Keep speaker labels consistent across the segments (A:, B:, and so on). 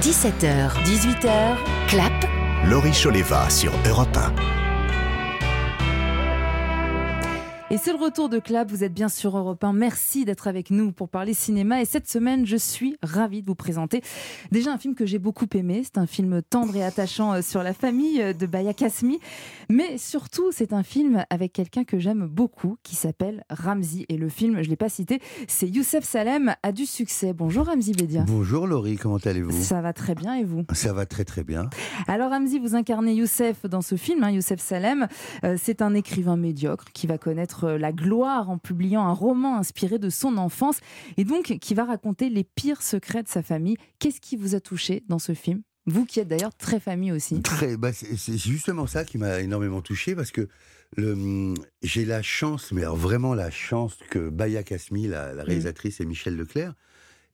A: 17h, 18h, clap.
B: Laurie Choleva sur Europe 1.
C: Et c'est le retour de Clap, vous êtes bien sur Europe 1. Merci d'être avec nous pour parler cinéma. Et cette semaine, je suis ravie de vous présenter déjà un film que j'ai beaucoup aimé. C'est un film tendre et attachant euh, sur la famille euh, de Baya Kasmi. Mais surtout, c'est un film avec quelqu'un que j'aime beaucoup qui s'appelle Ramzi. Et le film, je ne l'ai pas cité, c'est Youssef Salem a du succès. Bonjour Ramzi Bedia.
D: Bonjour Laurie, comment allez-vous
C: Ça va très bien et vous
D: Ça va très très bien.
C: Alors Ramzi, vous incarnez Youssef dans ce film, hein, Youssef Salem. Euh, c'est un écrivain médiocre qui va connaître euh, la gloire en publiant un roman inspiré de son enfance et donc qui va raconter les pires secrets de sa famille. Qu'est-ce qui vous a touché dans ce film Vous qui êtes d'ailleurs très famille aussi.
D: Très, bah, c'est c'est justement ça qui m'a énormément touché parce que le, hum, j'ai la chance, mais alors vraiment la chance que Baya Kasmi, la,
C: Mm.
D: la réalisatrice, et Michel Leclerc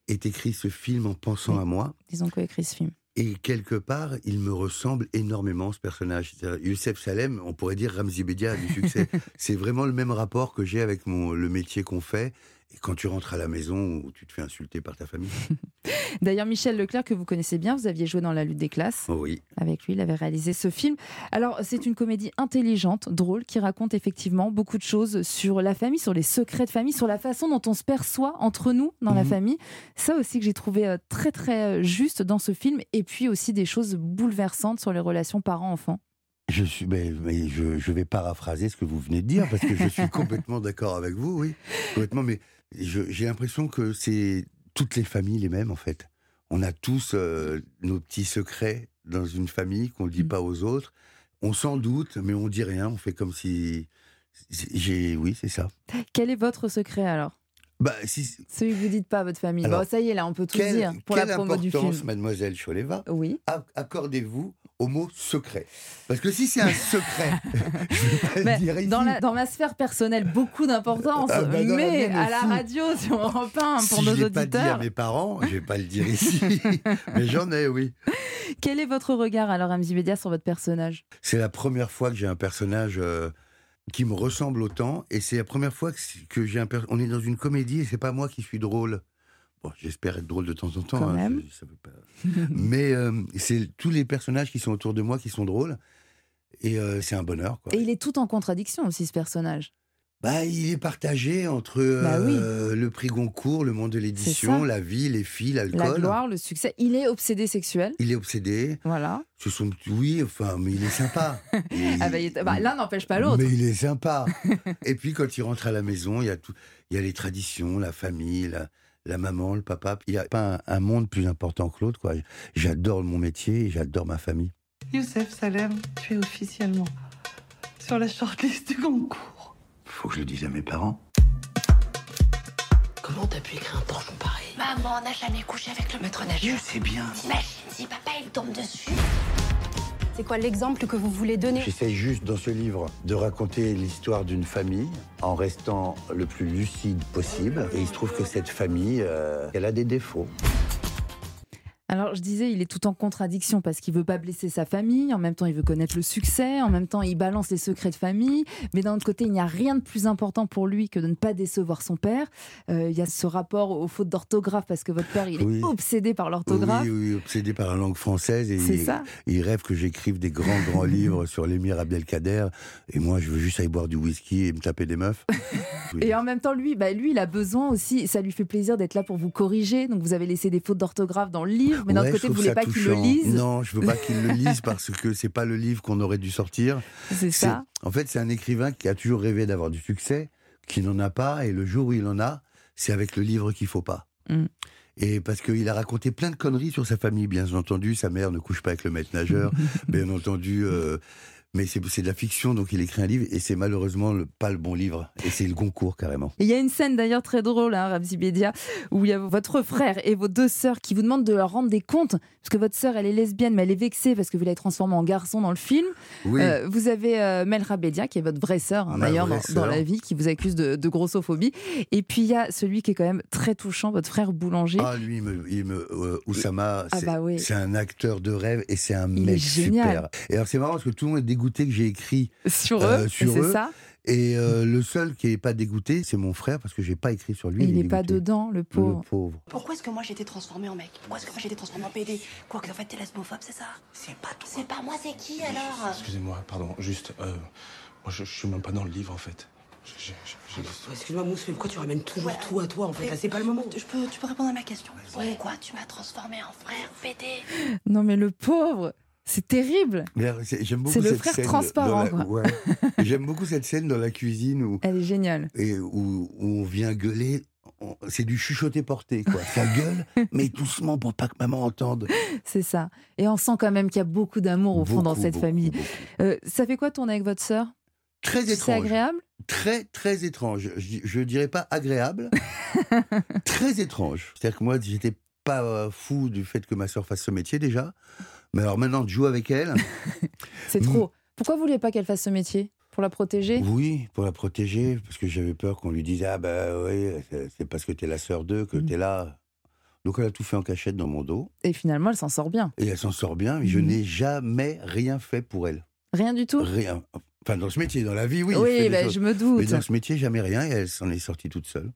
D: aient écrit ce film en pensant
C: Oui.
D: à moi.
C: Ils ont coécrit ce film.
D: Et quelque part, il me ressemble énormément, ce personnage. C'est-à-dire, Youssef Salem, on pourrait dire Ramzi Bedia a du succès. c'est vraiment le même rapport que j'ai avec mon, le métier qu'on fait. Et quand tu rentres à la maison où tu te fais insulter par ta famille.
C: D'ailleurs, Michel Leclerc, que vous connaissez bien, vous aviez joué dans La lutte des classes.
D: Oh oui.
C: Avec lui, il avait réalisé ce film. Alors, c'est une comédie intelligente, drôle, qui raconte effectivement beaucoup de choses sur la famille, sur les secrets de famille, sur la façon dont on se perçoit entre nous dans la
D: Mhm.
C: famille. Ça aussi que j'ai trouvé euh, très très euh, juste dans ce film. Et puis aussi des choses bouleversantes sur les relations parents-enfants.
D: Je suis, mais, mais je, je vais paraphraser ce que vous venez de dire parce que je suis complètement d'accord avec vous, oui, complètement. Mais je- j'ai l'impression que c'est toutes les familles les mêmes en fait. On a tous euh, nos petits secrets dans une famille qu'on ne dit
C: Mm.
D: pas aux autres. On s'en doute, mais on dit rien. On fait comme si c'est- j'ai, oui, c'est ça.
C: Quel est votre secret alors
D: Bah, si,
C: Celui que vous dites pas à votre famille.
D: Alors,
C: Bon, ça y est, là, on peut tout
D: quelle,
C: dire pour la
D: quelle
C: promo du
D: importance,
C: film.
D: mademoiselle Choleva,
C: Oui.
D: a- accordez-vous au mot secret Parce que si c'est un secret, je vais pas le
C: Mais
D: dire ici.
C: dans, la- dans ma sphère personnelle, beaucoup d'importance,
D: Ah bah dans la
C: mais
D: mienne
C: à la
D: aussi.
C: radio, sur Europe 1, hein, pour
D: si
C: nos
D: je l'ai pas dit à
C: auditeurs.
D: mes parents, je vais pas le dire ici, mais j'en ai, oui.
C: Quel est votre regard alors, Amzi Bedia, sur votre personnage
D: C'est la première fois que j'ai un personnage euh, qui me ressemble autant, et c'est la première fois que, c'est- que j'ai un personnage. On est dans une comédie, et c'est pas moi qui suis drôle. Bon, j'espère être drôle de temps en temps. hein,
C: Quand même.
D: je- ça peut pas- mais euh, c'est tous les personnages qui sont autour de moi qui sont drôles, et euh, c'est un bonheur. Quoi.
C: Et il est tout en contradiction aussi, ce personnage.
D: Bah, il est partagé entre
C: Bah oui.
D: euh, le prix Goncourt, le monde de l'édition,
C: ça.
D: la vie, les filles,
C: La
D: l'alcool.
C: gloire, le succès. Il est obsédé sexuel.
D: Il est obsédé.
C: Voilà.
D: Ce sont oui, enfin, mais il est sympa. Il-
C: Ah bah, il est- bah, L'un n'empêche pas l'autre.
D: Mais il est sympa. Et puis quand il rentre à la maison, il y a tout, il y a les traditions, la famille, la, la maman, le papa. Il n'y a pas un, un monde plus important que l'autre. quoi. J'adore mon métier, et j'adore ma famille.
E: Youssef Salem, tu es officiellement sur la shortlist du concours.
D: Faut que je le dise à mes parents.
F: Comment t'as pu écrire un torchon pareil
G: Maman n'a jamais couché avec le maître nageur.
D: C'est bien.
G: T'imagines si papa il tombe dessus
H: C'est quoi l'exemple que vous voulez donner
D: J'essaie juste dans ce livre de raconter l'histoire d'une famille en restant le plus lucide possible. Et il se trouve que cette famille, euh, elle a des défauts.
C: Alors je disais, il est tout en contradiction parce qu'il veut pas blesser sa famille, en même temps il veut connaître le succès, en même temps il balance les secrets de famille, mais d'un autre côté il n'y a rien de plus important pour lui que de ne pas décevoir son père. Euh, il y a ce rapport aux fautes d'orthographe parce que votre père il est
D: Oui.
C: obsédé par l'orthographe.
D: Oui, oui, obsédé par la langue française. Et
C: C'est
D: il-
C: ça.
D: Il rêve que j'écrive des grands, grands livres sur l'émir Abdelkader. Et moi, je veux juste aller boire du whisky et me taper des meufs. Oui.
C: Et en même temps, lui, bah, lui, il a besoin aussi, ça lui fait plaisir d'être là pour vous corriger. Donc, vous avez laissé des fautes d'orthographe dans le livre, mais d'un
D: Ouais,
C: autre
D: je
C: côté, vous
D: trouve
C: voulez
D: ça
C: pas qu'il le
D: touchant.
C: lise.
D: Non, je veux pas qu'il le lise parce que c'est pas le livre qu'on aurait dû sortir.
C: c'est
D: C'est-
C: ça.
D: En fait, c'est un écrivain qui a toujours rêvé d'avoir du succès, qui n'en a pas, et le jour où il en a, c'est avec le livre qu'il faut pas.
C: Mm.
D: Et parce qu'il a raconté plein de conneries sur sa famille, bien entendu, sa mère ne couche pas avec le maître nageur, bien entendu. euh, mais c'est c'est de la fiction, donc il écrit un livre, et c'est malheureusement le- pas le bon livre. Et c'est le Goncourt, carrément.
C: Et Il y a une scène d'ailleurs très drôle, hein, Ramzi Bedia, où il y a votre frère et vos deux sœurs qui vous demandent de leur rendre des comptes, parce que votre sœur, elle est lesbienne, mais elle est vexée parce que vous l'avez transformée en garçon dans le film.
D: Oui.
C: Euh, vous avez euh, Melra Bedia, qui est votre vraie sœur, hein,
D: Ma
C: d'ailleurs, dans,
D: vraie
C: dans
D: sœur.
C: la vie, qui vous accuse de, de grossophobie. Et puis, il y a celui qui est quand même très touchant, votre frère boulanger.
D: Ah, lui, il me, il me- euh, Oussama,
C: Ah
D: c'est
C: bah oui.
D: c'est un acteur de rêve et c'est un
C: Il est
D: mec
C: génial.
D: super. Et alors, c'est marrant parce que tout le monde est dégoûté que j'ai écrit
C: sur eux,
D: euh,
C: et
D: sur
C: c'est
D: eux.
C: ça
D: Et euh, le seul qui n'est pas dégoûté, c'est mon frère, parce que j'ai pas écrit sur lui.
C: Et il n'est pas
D: dégoûté.
C: dedans, le
D: Le
C: pauvre.
D: pauvre.
G: Pourquoi est-ce que moi j'ai été transformée en mec Pourquoi est-ce que moi j'ai été transformée en PD Quoi que en fait t'es lesbophobe, c'est ça
F: C'est pas toi.
G: C'est pas moi, c'est qui alors
I: Excusez-moi, pardon, juste, euh, moi je, je suis même pas dans le livre en fait. Je- je- je- je-
F: Excuse-moi, Mousse, mais pourquoi tu ramènes toujours
G: Ouais.
F: tout à toi en fait
G: Mais-
F: Là, C'est pas le moment.
G: Je peux, tu peux répondre à ma question Pourquoi tu m'as transformée en frère PD
C: Non, mais le pauvre, c'est terrible.
D: Mais alors, c'est- J'aime beaucoup
C: C'est le
D: cette
C: frère
D: scène
C: transparent,
D: dans la-
C: quoi.
D: ouais. J'aime beaucoup cette scène dans la cuisine où,
C: Elle est géniale.
D: et où, où on vient gueuler. on- C'est du chuchoter porté, quoi. Ça gueule, mais doucement pour pas que maman entende.
C: C'est ça. Et on sent quand même qu'il y a beaucoup d'amour au fond dans
D: Beaucoup,
C: cette
D: beaucoup,
C: famille.
D: beaucoup.
C: Euh, ça fait quoi tourner avec votre sœur
D: Très
C: C'est
D: étrange.
C: agréable
D: Très, très étrange. Je, je dirais pas agréable. très étrange. C'est-à-dire que moi, j'étais pas euh, fou du fait que ma sœur fasse ce métier déjà. Mais alors maintenant, de jouer avec elle,
C: C'est
D: Mm.
C: trop. Pourquoi vous voulez pas qu'elle fasse ce métier Pour la protéger
D: oui, pour la protéger, parce que j'avais peur qu'on lui dise Ah, bah oui, c'est- c'est parce que t'es la sœur d'eux que
C: Mhm.
D: t'es là. Donc elle a tout fait en cachette dans mon dos.
C: Et finalement, elle s'en sort bien.
D: Et elle s'en sort bien, mais je
C: Mhm.
D: n'ai jamais rien fait pour elle.
C: Rien du tout
D: Rien. Enfin, dans ce métier, dans la vie, oui. je fais des
C: Oh. bah,
D: choses.
C: je me
D: Mais
C: doute.
D: dans ce métier, jamais rien, et elle s'en est sortie toute seule.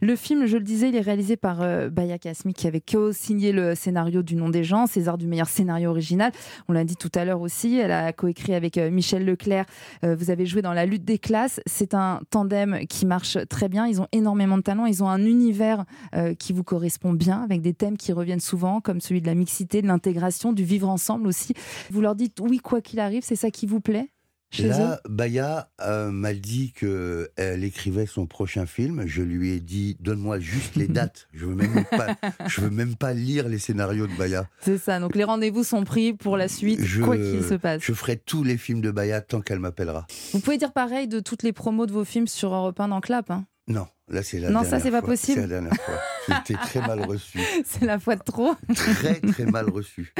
C: Le film, je le disais, il est réalisé par euh, Baya Kasmi, qui avait co-signé le scénario du Nom des gens, César du meilleur scénario original. On l'a dit tout à l'heure aussi, elle a coécrit avec euh, Michel Leclerc. Euh, vous avez joué dans La lutte des classes. C'est un tandem qui marche très bien. Ils ont énormément de talent. Ils ont un univers euh, qui vous correspond bien, avec des thèmes qui reviennent souvent, comme celui de la mixité, de l'intégration, du vivre ensemble aussi. Vous leur dites oui, quoi qu'il arrive, c'est ça qui vous plaît
D: Et
C: chez eux
D: là, Baya euh, m'a dit que elle écrivait son prochain film. Je lui ai dit donne-moi juste les dates. Je veux même pas, je veux même pas lire les scénarios de Baya.
C: C'est ça. Donc les rendez-vous sont pris pour la suite,
D: Je-
C: quoi qu'il se passe.
D: Je ferai tous les films de Baya tant qu'elle m'appellera.
C: Vous pouvez dire pareil de toutes les promos de vos films sur Europe 1 dans Clap. hein.
D: Non, là c'est la
C: Non,
D: dernière
C: ça, c'est pas
D: fois.
C: possible.
D: C'est la dernière fois. J'étais très mal reçu,
C: C'est la fois de trop.
D: très très mal reçu.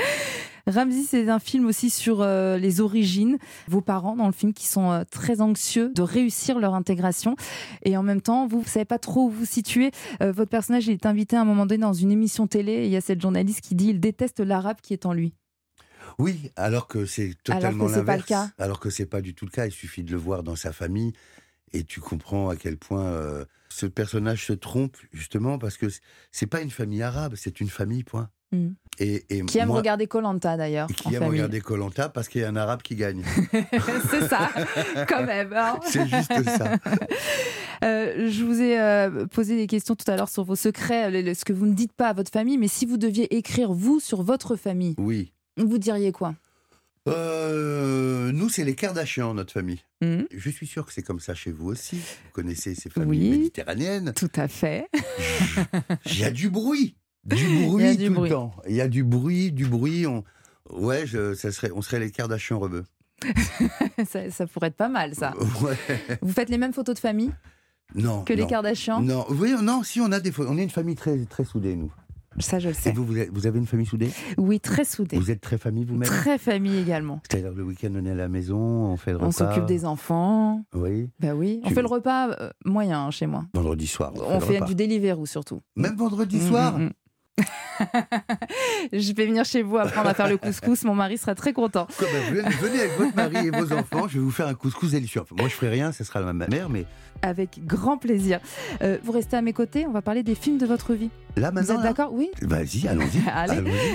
C: Ramsey, c'est un film aussi sur euh, les origines. Vos parents dans le film qui sont euh, très anxieux de réussir leur intégration. Et en même temps, vous ne savez pas trop où vous situer. Euh, votre personnage il est invité à un moment donné dans une émission télé et il y a cette journaliste qui dit il déteste l'arabe qui est en lui.
D: Oui, alors que c'est
C: Alors que
D: totalement
C: c'est pas le
D: l'inverse.
C: cas.
D: Alors que c'est pas du tout le cas. Il suffit de le voir dans sa famille et tu comprends à quel point euh, ce personnage se trompe justement parce que c- c'est pas une famille arabe, c'est une famille point.
C: Mm.
D: Et, et
C: Qui aime
D: moi,
C: regarder Colanta d'ailleurs. en
D: qui aime
C: famille.
D: regarder Colanta parce qu'il y a un arabe qui gagne.
C: c'est ça, quand même. hein.
D: c'est juste ça.
C: Euh, je vous ai euh, posé des questions tout à l'heure sur vos secrets, le- le- ce que vous ne dites pas à votre famille, mais si vous deviez écrire vous sur votre famille,
D: Oui.
C: vous diriez quoi
D: Euh, nous, c'est les Kardashians, notre famille.
C: Hmm,
D: Je suis sûr que c'est comme ça chez vous aussi. Vous connaissez ces familles
C: Oui.
D: méditerranéennes.
C: Tout à fait.
D: Il y a du bruit. Du bruit
C: Il y a du
D: tout
C: bruit.
D: le temps. Il y a du bruit, du bruit. On... Ouais, je- ça serait, on serait les Kardashian rebeux.
C: ça, ça pourrait être pas mal, ça.
D: Ouais.
C: Vous faites les mêmes photos de famille
D: Non.
C: que les
D: non.
C: Kardashians
D: Non, oui, non, si on a des photos. On est une famille très, très soudée, nous.
C: Ça, je le
D: Et
C: sais.
D: vous, vous êtes- vous avez une famille soudée
C: Oui, très soudés.
D: Vous êtes très famille vous-même
C: Très famille également.
D: C'est-à-dire le week-end, on est à la maison, on fait le
C: On
D: repas.
C: s'occupe des enfants.
D: Oui,
C: Bah oui. On
D: Tu-
C: fait le repas euh, moyen hein, chez moi.
D: vendredi soir. On,
C: On
D: fait, le
C: fait
D: repas.
C: du Deliveroo surtout.
D: Même vendredi
C: Mm,
D: soir
C: mm, mm. Je vais venir chez vous apprendre à faire le couscous. Mon mari sera très content.
D: Quoi, ben, venez- Venez avec votre mari et vos enfants, je vais vous faire un couscous délicieux. Enfin, Moi, je ferai rien, ce sera ma mère, mais
C: Avec grand plaisir. Euh, vous restez à mes côtés. On va parler des films de votre vie.
D: là,
C: Vous
D: maintenant.
C: êtes
D: là-
C: d'accord Oui
D: Vas-y, allons-y.
C: Allez.
D: allons-y.